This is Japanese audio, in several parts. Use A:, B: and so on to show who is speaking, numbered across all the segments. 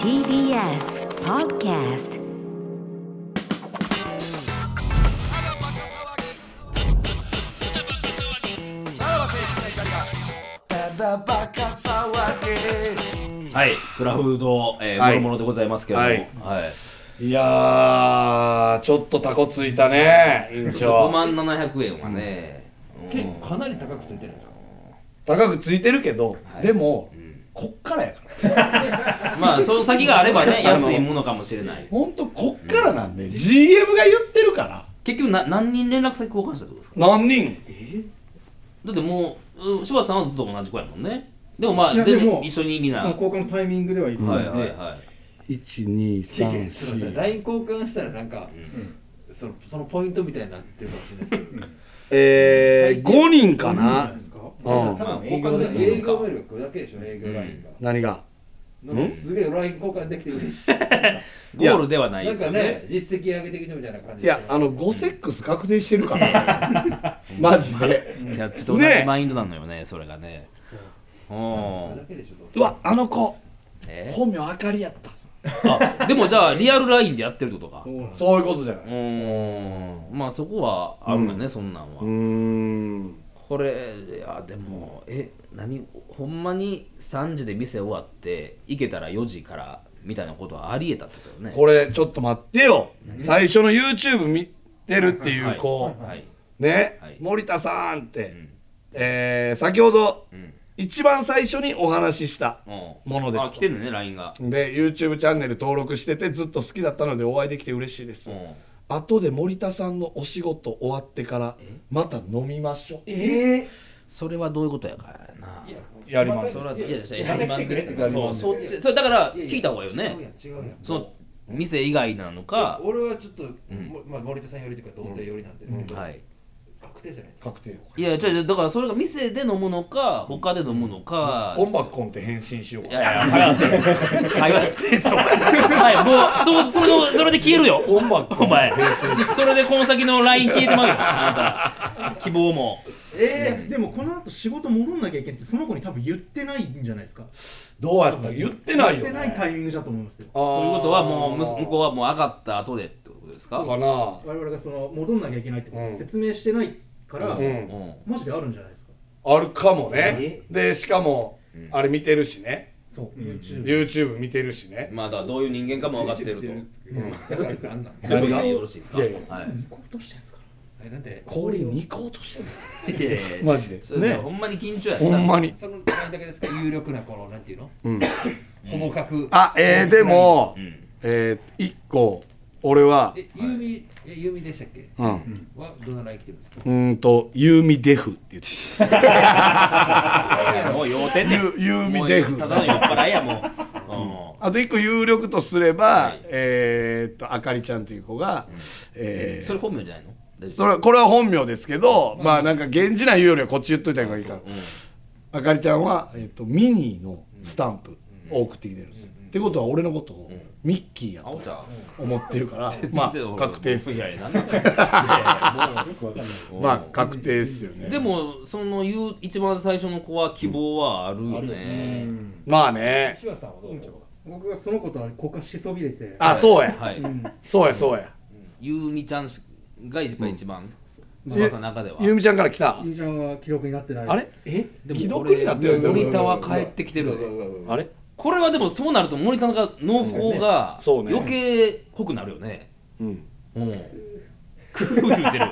A: TBS Podcast
B: はい、クラフード、えー
C: はい
B: もろもろでございますけれども、はい
C: いやー、ちょっとタコついたね、院
B: 5
C: 長。
B: 万700円はね、
D: 結構かなり高くついてるんですか
C: 高くついてるけど、
B: はい
C: でも、
B: うん
C: こっからやから。
B: まあその先があれば ね
C: あの
B: 安いものかもしれない
C: ほんと、こっからなんで、GM が言ってるから。
B: 結局な何人連絡先交換したってことですか
C: 何人
B: だってもううん柴田さんはずっと同じ子やもんねでもまあ
D: いや
B: 全
D: でも
B: 部一緒にみんな
D: その
B: はい
D: 交換のタイミングではいっぱ
B: はいい
D: なんで、
B: は
C: 1、2、
E: ちょっと待って LINE 交換したらなんか、そのそのポイントみたいになってるかもしれないですけど
C: えー、5人かな。う
B: い
C: ん。
B: まあ
D: 営
B: 交
D: 業
B: 換
D: だ
B: で
D: と
B: き
D: 思う
B: る
E: 営
B: の
E: 業
B: か
E: メールがこれだけでしょ営業 LINE
C: 何が
E: が、なんかすげえ LINE 交換できて嬉しい
B: ゴールではない
E: な
B: で
E: ん
B: す
E: か
B: よ
E: ね
B: ね
E: 実績上げてきてみたいな感じ
C: いや、あの、5セックス確定してるから。マジで。
B: キャッチと同じマインドなのよねそれがね
E: こ
B: う
E: れだ
B: ん
E: けでしょどうせ
C: うわ、あの子、
B: え
C: 本名あかりやった。
B: あでもじゃあリアルラインでやってるってことか
D: そうなんです
C: そういうことじゃな
B: う
C: い
B: ーんまあそこはあるよね、そんなんは、
C: うーん。
B: これいやでもえ何ほんまに3時で店終わって行けたら4時からみたいなことはありえたってことよね
C: これちょっと待ってよ最初の YouTube 見てるっていう子
B: はい、はい
C: ね
B: はい
C: 森田さんって
B: ん
C: えー先ほど
B: うん
C: 一番最初にお話しした
B: う
C: ものです
B: あ来てんのね LINE が
C: で YouTube チャンネル登録しててずっと好きだったのでお会いできて嬉しいです
B: うん
C: 後で森田さんのお仕事終わってからまた飲みましょう
D: え
B: それはどういうことやからな
C: やります
B: それはいやいやいややりまんです
C: や
B: よ
C: り
B: そ
C: ま
B: うん
C: です
B: そっちそれだから
E: いやいや
B: 聞いた方がいいよ
E: 違うや
B: ね
E: ん違うやん
B: その店以外なのか
E: 俺はちょっと、
B: ん
E: もまあ、森田さんよりというか童貞よりなんですけど、
B: はい
E: 確定じゃないですか
C: 確定
B: いや違う違うだからそれが店で飲むのか他で飲むのか
C: コンバッコンって返信しよう
B: い
C: か
B: やい や、早ってん。早ってんの。はい、もう、そう、それの、それで消えるよ。
C: コンバッコ
B: お
C: ン
B: 前。それでこの先のライン消 えてまうよ。あなた希望も。
D: ーでもこの後仕事戻んなきゃいけないってその子に多分言ってないんじゃないですか
C: どうやった言ってないよ
D: 言ってないタイミングだと思うんですよ
B: ということは、もう、むす向こう
C: は
B: はもう上がった後でってことですか。
C: かな
D: 我々がその戻んなきゃいけないってこと
C: うん
D: を説明してないから、
C: うん
B: うん。
D: マジであるんじゃないですか
C: あるかもねでしかも
B: うん
C: あれ見てるしね
D: そう、YouTube
C: YouTube 見てるしね
B: まあだからどういう人間かも分かってると。
E: だからなんなん
B: ということでよろしいですか。
C: い
B: は
C: や
B: い
C: いや。
D: どうしてんですか
E: えなんで
C: 氷2個落としてる
B: いやいやいや
C: マジで
B: それ
C: ね
B: ほんまに緊張やった。
C: ほんまに
E: そのラインだけですか有力なこのなんていうの、
C: ん
E: ほぼ角
C: あえー、でも
B: うん。
C: えー、1個俺は
E: えゆうみえゆうみでしたっけ
C: うん
E: はどんなライン来てるんですか
C: うーんと「ユーミデフ」って言って
B: もう酔うてんねん。
C: ゆゆうみデフ
B: もうただの酔っ払いやもう。
C: あと1個有力とすれば、
B: はい
C: えー、っとあかりちゃんという子が、
B: う
C: え
B: ん。
C: ー
B: それ本名じゃないの。大丈
C: それこれは本名ですけど、まあなんか源氏な言うよりはこっち言っといた方がいいから、
B: 夫うん。
C: あかりちゃんは、えっとミニーのスタンプを送ってきてるんですよ、ってことは俺のことをミッキーや
B: あお
C: と
B: ちゃん。
C: 思ってる から、まあ確定っす
B: い
C: よ
B: やいやなんなん
C: まあ確定っすよね
B: でもその言う一番最初の子は希望はあるよね、
C: まあね
E: 柴田さんはどうでしょうか
D: 僕がその子とは交換しそびれて
C: あそうや
B: はい、
C: そうやそうや
B: ゆうみちゃんが一番一番、翼の中では
C: ゆうみちゃんから来た
D: ゆうちゃんは記録になってない
C: あれ
D: え
B: でも
C: 既
B: これ
C: 読になってるよね
B: 森田は帰ってきてるね
C: あれ
B: これはでもそうなると森田の濃厚が
C: そうね
B: 余計濃くなるよね
C: うん
B: うん クー言うてる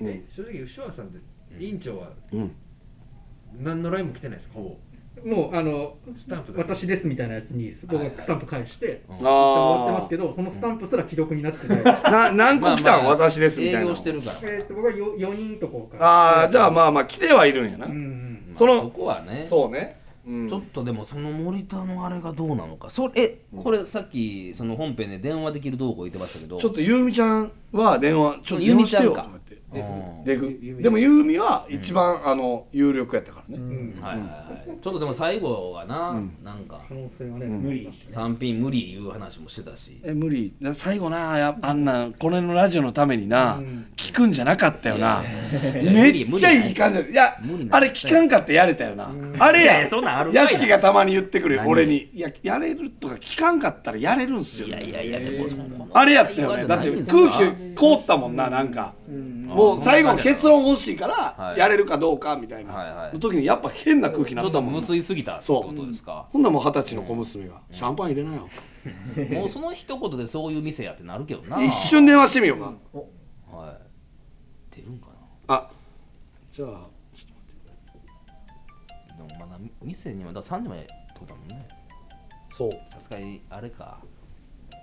C: うん
E: え正直柴田さんって委員長は
C: うん
E: 何のラインも来てないですかほ
D: もうあの
E: ぼスタンプだけ
D: 私ですみたいなやつに僕がスタンプ返して、
B: うん
C: あ
D: 終わってます
C: あ
D: けどそのスタンプすら既読に なってない
C: な何個来たん、
B: まあまあ
C: 私ですみたいな
B: 営業してるから
D: えーっと僕はよ4人とこから
C: ああじゃあまあまあ来てはいるんやな、
D: うんうん
C: その
B: そこはね
C: そうね、うん
B: ちょっとでもその森田のあれがどうなのかそれえこれさっきその本編で電話できるどうこう言ってましたけど
C: ちょっとゆうみちゃんは電話ちょっと
B: ゆ
C: 電
B: う
C: 話
B: み
C: し
B: ちゃ
C: て
B: ん
C: よ
B: か
C: と思って
B: うん
C: でぐ
E: ゆゆうみ
C: でもゆうみは一番、あの有力やったからね、
D: うん
B: はいはいはいちょっとでも最後がな、
C: うん
B: なんか
D: 可能性はね、
C: ん
D: 無理
B: 三品無理いう話もしてたし
C: え無理な最後なやあんなこれのラジオのためにな、
D: うん
C: 聞くんじゃなかったよな、
B: いやいやいや
C: めっちゃいい感じだいや
B: 無理な
C: あれ聞かんかってやれたよな、あれ
B: いやい
C: や
B: やそんなんんあるかい
C: 屋敷がたまに言ってくるよ
B: 何
C: 俺にいややれるとか聞かんかったらやれるんすよ
B: いやいやいやでもそのこの
C: あれやったよねだって空気凍ったもんななんかもう最後の結論欲しいか
B: は
C: ら
B: い
C: やれるかどうかみたい
B: はいは
C: ないの時にやっぱ変な空気
B: ち
C: に
B: ょ
C: な
B: っ
C: っ
B: と
C: たもん
B: 無
C: な
B: 水すぎたってことですか
C: ほんならもう二十歳の小娘が「シャンパン入れなよ
B: もうその一言でそういう店やってなるけど」な
C: 一瞬電話してみようか
B: はい出るんか
C: あじゃあ
B: なでもまだ店にはだ3時までとだもんね
C: そう
B: さすがにあれか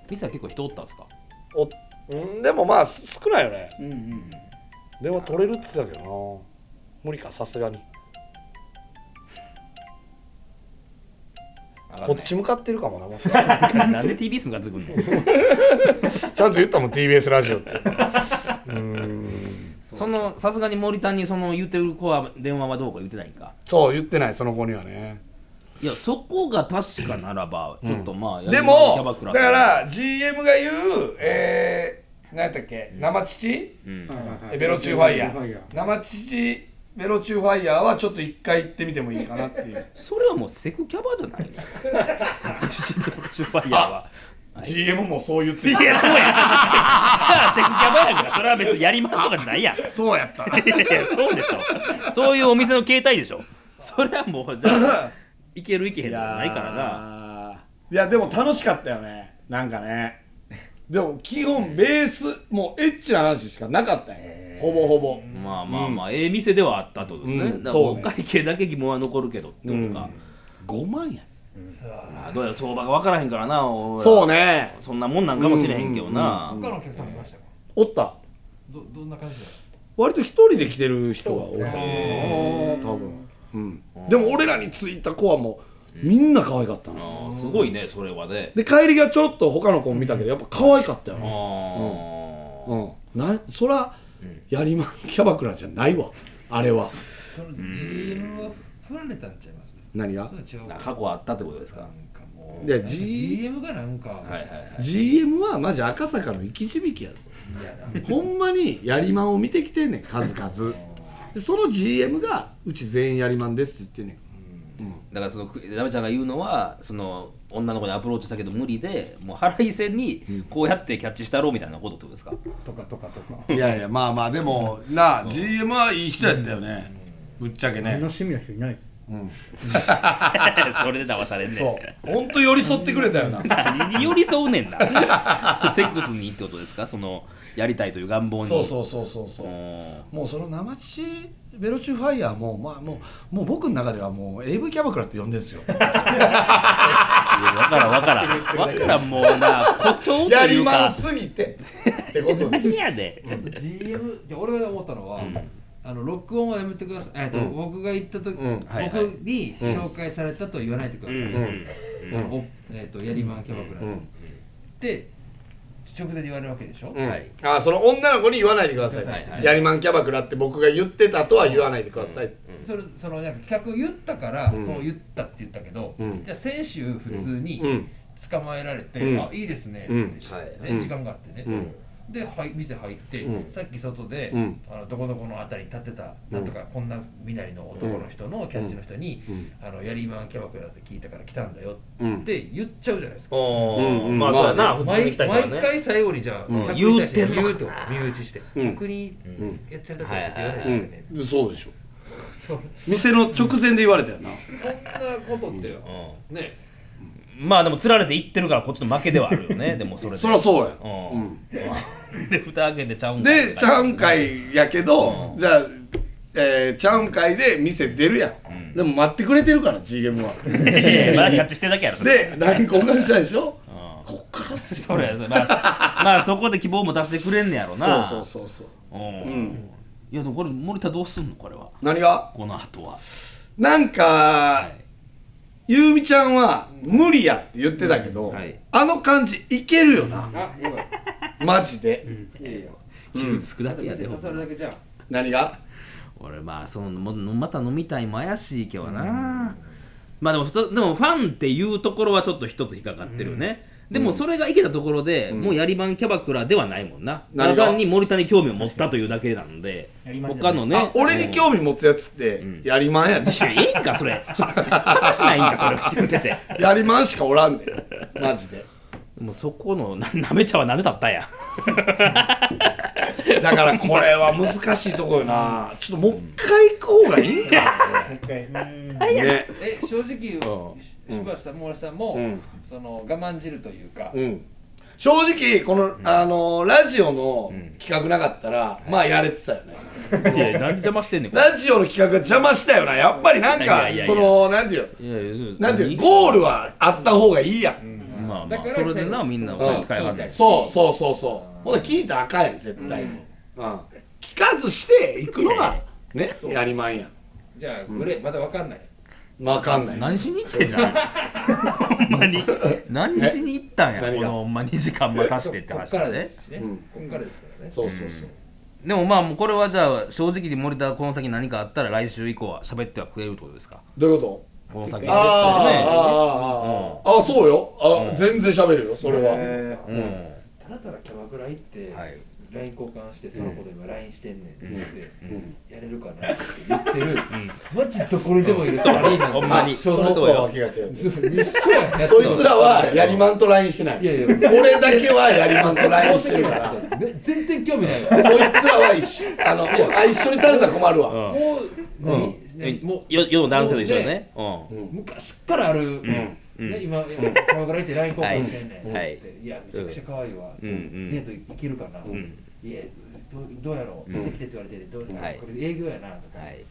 B: 店は結構人おったんですか
C: おうんでもまあす少ないよね
D: うんうん
C: 電話取れるって言ってたけどな無理かさすがにこっち
B: も
C: 向かってる かもなもしかしたら
B: なんで TBS 向かってくんの
C: ちゃんと言ったもん TBS ラジオってうーん
B: そのさすがに森田にその言ってる子は電話はどうか言ってないんか
C: そう言ってないその子にはね
B: いやそこが確かならばちょっとまあ、やり
F: で
B: ましょうキ
F: も
B: ャバクラ
F: だ
B: と
F: から GM が言うえー、何やったっけ生乳
B: うん
D: はいはいはい
F: ベロチューファイヤ
D: ベロチュ
F: ー生乳ベロチューファイヤーはちょっと一回行ってみてもいいかなっていう
B: それはもうセクキャバじゃない のジュバイヤーは
F: GM もそう言って
B: いやそうやんじゃあセクキャバやからそれは別にやりまんとかじゃないやん
F: そうや った
B: いやいやそうでしょそういうお店の携帯でしょそれはもうじ ゃあいけるいけへんとかないからな
F: ないやでも楽しかったよねなんかねでも基本ベースもうエッチな話しかなかったよほぼほぼ
B: まあまあまあ、ええ店ではあったってことですね、
F: うん
B: だから
F: そう
B: お
F: ね
B: 会計だけ疑問は残るけどってことか、
C: 5万や
B: まあどうやら相場が分からへんからな俺ら
C: そうね
B: そんなもんなんかもしれへんけどな、
E: 他のお客さんいましたか
C: おった
E: どどんな感じだ
C: 割と一人で来てる人が多かったな多分うんでも俺らについた子はもうみんな可愛かったな
B: あーすごいねそれはね
C: で帰りがちょろっと他の子を見たけどやっぱ可愛かったよ
B: あ
C: なう
B: ー
C: んなそらやりまんキャバクラじゃないわあれは
E: その GM は振られたんちゃいます
C: 何が
E: そう違う
B: な過去あったってことですか
E: なんかもう
C: いや
E: なんか
C: G-
E: GM がなんか、
B: はいはいはい
C: GM はマジ赤坂の生き字引やぞ
E: いやな
C: ほんまにやりまんを見てきてんねん数々でその GM がうち全員やりまんですって言ってんねん
B: だからそのくダメちゃんが言うのはその女の子にアプローチしたけど無理でもう腹いせにこうやってキャッチしたろうみたいなことってことですか、
E: とかとかとか
F: いやいやまあまあでもなあ GM はいい人やったよねぶっちゃけ
D: あんな
F: ね
D: 趣味な人いないです
B: それで騙されんねん
F: そうほんと寄り添ってくれたよな
B: 何に寄り添うねんな セックスにってことですかそのやりたいという願望に
C: そうそうそうそうそううんもうその生乳ベロチューファイヤーもまあもうもう僕の中ではもう AV キャバクラって呼んでんすよ
B: いやわからんわからんわからんもうな誇張と
F: や
B: い
F: り
B: う
F: まん
B: か
F: すぎてってことで
B: 何やで
E: GM いや俺が思ったのは、あの録音はやめてください、えっと僕が行った時、
C: うん
E: 僕
B: はいはい
E: に紹介されたとは言わないでください、
B: うん
E: おえっとやりまんキャバクラ、
C: うん
E: で直前に言われるわけでしょ、
C: うん
B: はい
C: あその女の子に言わないでください、
B: はいはい
C: やりまんキャバクラって僕が言ってたとは言わないでください、
E: それそのなんか客言ったから、
C: ん
E: そう言ったって言ったけど、
C: うん
E: じゃあ先週普通
C: うんう
E: に
C: ん
E: 捕まえられて「
C: うん
E: あいいですね」
C: うん
E: つってね
B: はい
E: 時間があってね、で、はい、店入って、
C: うん
E: さっき外で、
C: うん
E: あのどこどこのあたりに立ってた、なんとかこんな身なりの男の人のキャッチの人に「
C: うん
E: あのやりまんキャバクラ」って聞いたから来たんだよ
C: う
E: っ
C: ん
E: て言っちゃうじゃないですか。
B: お
C: うんうん
B: まあそうやな、
C: ま
B: 普通に
E: 毎
B: 来た人はね
E: 毎回最後にじゃあ、
C: うん
E: 客に対して
B: 言うてんの
E: 言うと身内して、
C: うん
E: 僕に
C: ん
E: やっちゃったからって言わないでね、
C: うん、そうでしょ
E: そう
C: 店の直前で言われたよな
E: そんなことってよ、ね
B: まあでも釣られて行ってるからこっちの負けではあるよねでもそれで
C: そりゃそうや
B: うん、で蓋開けてちゃうんかい
F: でちゃうんかいやけど、じゃあ、えー、ちゃうんかいで店出るやん、でも待ってくれてるから GM はい
B: やまだキャッチしてるだけやろそれ
F: で LINE 交換したでしょ
B: うん
F: こっからっすよ
B: それまあ、まあそこで希望も出してくれんねやろな
C: そうそうそうそう
B: う、ん、いやでもこれ森田どうすんのこれは
F: 何が
B: この後は
F: なんか、
B: い
F: ゆうみちゃんは無理やって言ってたけど、
B: うんはい
F: あの感じいけるよな
E: あよかった
F: マジで、
E: いやいや
B: 急少な
E: だって店刺さるだけじゃん
F: 何が
B: 俺まあそのもまた飲みたいも怪しいけどな、まあでも普通でもファンっていうところはちょっと一つ引っかかってるよね、でもそれがいけたところで、もうやりばんキャバクラではないもんな
C: 何が
B: ただ単に森田に興味を持ったというだけなので
G: やりまんじゃな
B: 他
G: い
B: のね
C: あ俺に興味持つやつって
B: ん
C: やりまんやで
B: いやええんかそれは話ないんかそれを聞いてて
C: やりまんしかおらんね んマジで
B: もうそこのななめちゃはなんでだったんや
C: だからこれは難しいとこよなちょっともう一回行こうがいいんか
G: もう一回うん
C: ね
E: え正直言う柴田さん森田さんも、
C: うん
E: その我慢汁というか、
C: うん正直この、あのラジオの企画なかったら、まあやれてたよね
B: いやいや何邪魔してんねんこれ
C: ラジオの企画が邪魔したよなやっぱりなんか
B: いやいやいや
C: そのなんていう
B: いやいや
C: なんていう
B: 何
C: ゴールはあった方がいいやん、
B: まあ
E: だ
B: ま
E: か
B: あ
E: ら
B: それでなみんなお金使いはんねん
C: そうそうそうそうほんで聞いたらあかんやん絶対に、うん聞かずしていくのがねやりまんやん
E: じゃあグレーまだわかんない
C: わかんない
B: 何しに行ってん だほんまに何しに行ったんや
C: 何
B: こ
C: が
B: のほんまに時間待たしてって
E: こっ
B: 話
E: から
B: だ
E: で
B: ね
E: すしね、
C: うん
E: こっからですからね
C: そうそうそう、
B: でもまあもうこれはじゃあ正直に森田はこの先何かあったら来週以降は喋ってはくれるってことですか
C: どういうこ
B: この先
C: とあー、
B: ね
C: あーあーあーあそうよあ、全然喋るよそれは、
G: え
B: うん
E: ただただキャバクラ行って、
B: はい
E: LINE 交換してその子と今 LINE してんねんって言って、
C: ん
E: やれるかなって言ってる、マジどこにでもいるサラリーマン
B: ほんまに
C: その子は気が違う
E: そう一緒やんや
C: そいつらはやりまんと LINE してない
E: いやいや
C: 俺だけはやりまんと LINE してるからそい
E: ね全然興味ないわ
C: つらは一緒あのあ一緒にされたら困るわ、
B: うん
E: もう、
B: う
E: 何
B: ん
E: 何も
B: よ世の男性と一緒だね
C: う
B: うん
E: う昔からある、ね
B: うん
E: 今今キャバクラ行って LINE 交換してんねんっつって、
B: はい
E: いやめちゃくちゃ可愛いわ、
B: うんうん
E: デート行けるかな、
B: うん
E: いやどうどうやろう店来てって言われててどう、
B: はい
E: これ営業やなとか、
B: はい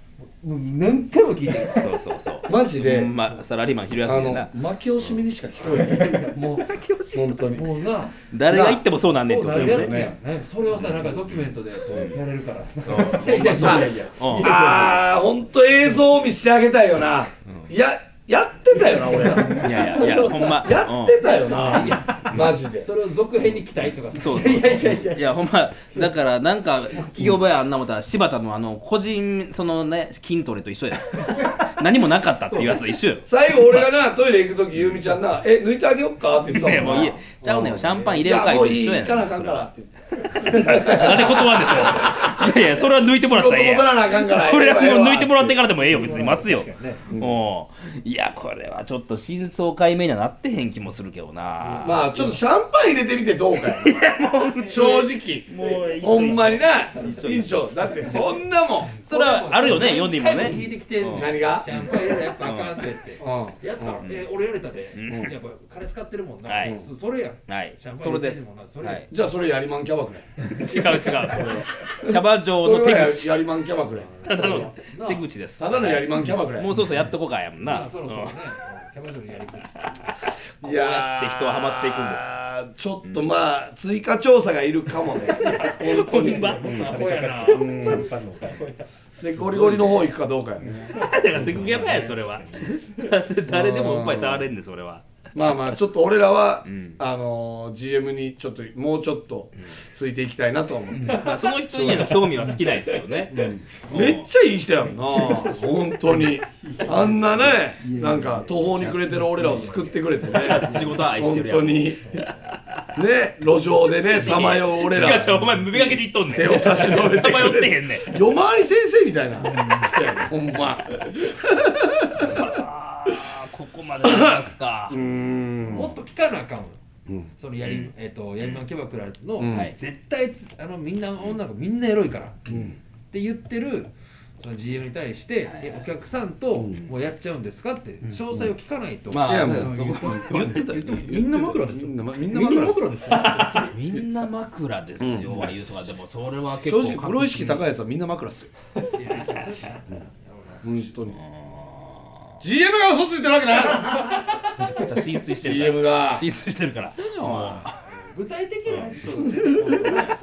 E: もう何回も聞いてる
B: そうそうそう
C: マジで
B: ほんまサラリーマン昼休みでな
C: 負け惜しみにしか聞こえないもう本当に
E: もうな
B: 誰が行ってもそうなんねんって
E: そう
B: こ
E: な
B: と
E: る
B: だ
E: や
B: よね
E: つやん、ね、それをさなんかドキュメントでやれるから、
B: うん
E: いやいやいやいや
B: うん
C: ああ本当映像を見せてあげたいよな、ややってたよな俺ら
B: いやいやいやほんま
C: やってたよなマジで
E: それを続編に期待とか
B: うん
E: さ
B: そうそうそう
E: いやいやいや
B: いやほんまだからなんか企業部屋あんなもんたら柴田のあの個人そのね筋トレと一緒や何もなかったっていうやつと一緒よ
C: 最後俺がなトイレ行く時ゆうみちゃんな「え抜いてあげよっか?」って言ってた
B: いや
C: も
B: も
C: ん
B: う
C: ない
B: いちゃうねんよシャンパン入
C: い
B: れる
C: や
B: 会
C: もう
B: と
C: い
B: 一
C: い
B: 緒や
C: 行
B: ね
C: かなあ
B: ん
C: か
B: そ
C: ん
B: れ
C: からって言
B: は
C: って
B: なんで断んですよいやいやそれは抜いてもら
C: 仕
B: っ
C: 事
B: たらええ
C: 戻
B: やん
C: らなあかんから
B: それはもう抜いてもらって
C: か
B: からでもええよ別に待つよ、もういやこれはちょっと真相解明にはなってへん気もするけどな、
C: まあちょっとシャンパン入れてみてどうかやな正直
G: もう一緒
C: ほんまにな
B: 一緒
C: 一緒だってそんなもん
B: それはあるよね世にも
E: 何回聞い
B: ね
E: てきてんねん
C: 何が
E: ちゃんと入れたらやっぱあかんってって
C: うん
E: やった、え俺やれたで、
B: ん
E: やっぱ金使ってるもんな、
B: はい
E: そそれやん
B: はい
E: シャンパン
B: それ
E: 入
B: で
E: れてる
B: す
E: もんなそれ
B: は
E: やん
B: い、
C: じゃあそれやりまんキャバクラや
B: 違う違うそれはキャバ嬢の
C: それ
B: 手
C: は
B: 口
C: やりまんキャバクラや
B: ただの手口です
C: ただのやりまんキャバクラや
B: もうそうそうやっとこうかやもん
E: ま
B: な
E: あそろそろね、キャバ嬢にやり口
C: こ
B: うやって人はハマっていくんです
C: すちょっとまあ追加調査がいるかもね本当
B: ほ
C: に
B: んま
G: あ
B: ほ
G: れ
B: や
G: か
B: な
G: か
B: だ
G: ってシ
B: か
G: ャンパンの
C: でゴリゴリの方行くかどうかやね
B: らセクゲバやそれ は誰でもおっぱい触れんでそれは
C: まあまあちょっと俺らは
B: ん
C: あのー GM にちょっともうちょっとついていきたいなとは思って
B: まあその人への興味は尽きないですけどね
C: めっちゃいい人やんな本当にあんなねなんか途方に暮れてる俺らを救ってくれてね
B: 仕事は愛して
C: 本
B: るやん
C: 当にね路上でねさまよう俺
B: 違う違う
C: ら
B: お前目がけていっとんねん
C: 手を差し伸べて
B: さまよってへんねん
C: 夜回り先生みたいな人やねほんま
B: あ ーここまでなりますか
C: うーん
E: もっと聞かなあかんわ、
C: うん
E: そのやり、えっ、とやりまんキャバクラの、
C: うん
E: はい絶対つあのみんな女の子みんなエロいから、って言ってるその GM に対して、えお客さんと、もうやっちゃうんですかって詳細を聞かないと、
B: まあ
C: いやも
E: だから
C: う
E: そこ
C: 言ってた言ってた
D: みんな枕ですよ
C: みんなみんな
D: みんな
C: 枕です
D: 枕ですよ。
B: みんな枕ですよは言うとかでもそれは結
C: 正
B: 構
C: 直プロ意識高いやつはみんな枕っすよ本当に GM が嘘ついてるわけない や
B: めちゃくちゃ浸水して
C: ろ
B: るか
C: GM が
B: ら浸水してるから
E: 具体的なやつを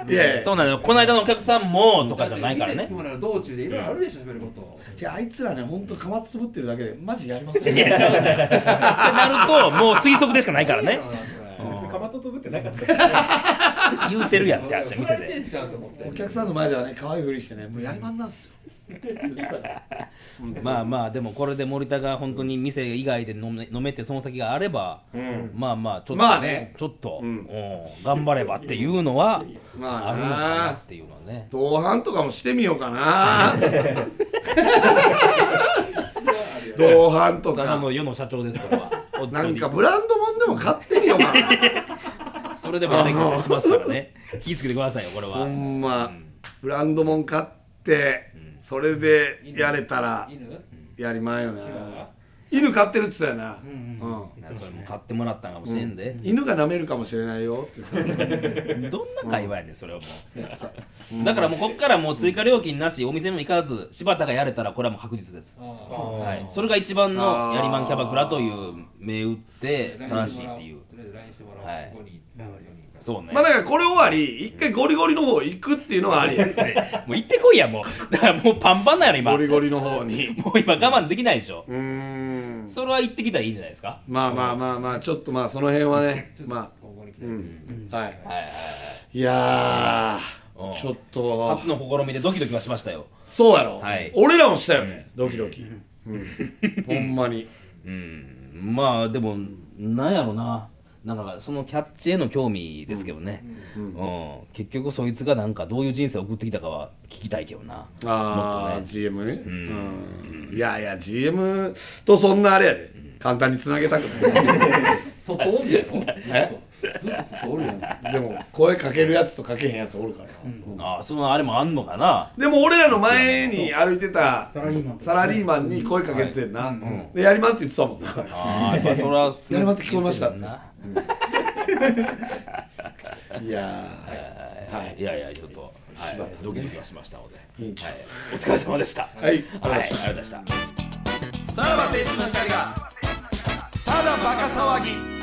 C: いやいや
B: そうなのよこの間のお客さんもとかじゃないから
E: 店
B: ね
E: 来てもらう道中でいろいろあるでしょ喋ること
C: じゃああいつらね本当かまつぶってるだけでマジやります
B: いや、ちゃうね。ってなると、もう推測でしかないから ね。
G: かまととぶってなかった
B: 言うてるやんって話、
E: 見
B: 店
E: せて
B: で。
E: んちゃうと思って
C: お客さんの前ではね可愛いふりしてねもうやりまんなんすよ
B: まあまあでもこれで森田が本当に店以外で飲め飲めてその先があれば、まあまあちょっとね,、
C: まあね
B: ちょっと、
C: うん
B: うん頑張ればっていうのはあるの
C: ま
B: か
C: あ
B: な
C: な
B: っていうのはね
C: 同伴とかもしてみようかな 同伴と
B: ただ
C: か
B: の世の社長です からは本当
C: な
B: に
C: んかブランドもんでも買ってみようかな
B: それでもお願いしますからね気ぃつけてくださいよこれは、
C: ほんま
B: ん
C: ブランドもん買ってそれでやれたら
E: 犬
C: やりまんよな犬飼ってるって言ってたよなうん
B: なそれも買ってもらったんかもしれんで、
C: 犬が舐めるかもしれないよって言ってた
B: どんな会話やねんそれはもうだからもうこっからもう追加料金なしお店も行かず柴田がやれたらこれはもう確実ですはい、それが一番のやりまんキャバクラという銘打って正しいっていう
E: とりあえず LINE してもらおう、
B: はい
E: ここに4人か
B: そうね、
C: まあだからこれ終わり一回ゴリゴリの方行くっていうのはありやね
B: もう行ってこいやもうだからもうパンパンなんやろ今
C: ゴ
B: も
C: リゴリの方に
B: う今我慢できないでしょ
C: うーん
B: それは行ってきたらいいんじゃないですか
C: まあまあまあまあちょっとまあその辺はねまあ
E: ここに来て、
C: うんはい
B: はいはい
C: や
B: うん
C: ーちょっ
B: い
C: と
B: 初の試みでドキドキはしましたよ
C: そうやろ
B: はい
C: 俺らもしたよねドキドキうんほんまに
B: うんまあでもなんやろななんかそのキャッチへの興味ですけどね、うん結局そいつがなんかどういう人生を送ってきたかは聞きたいけどな
C: ああ、
B: もっとね
C: GM ね、うんいやいや GM とそんなあれやで簡単につなげたくない
E: 外おるや ろずっとずっと外おるやん
C: でも声かけるやつとかけへんやつおるから、
B: ああそのあれもあんのかな
C: でも俺らの前に歩いてた
D: サラリーマンとか
C: サラリーマンに声かけてんな、でやりまんって言ってたもんな
B: ああやっぱそれは
C: やりまんって聞こえましたって
B: な、
C: いや
B: はい、いやいやちょっと、はい、ドキドキはしましたので、
C: ーいい
B: はい、お疲れ様でした
C: はい、
B: はい、ありがとうございました
H: さらば青春の光がただバカ騒ぎ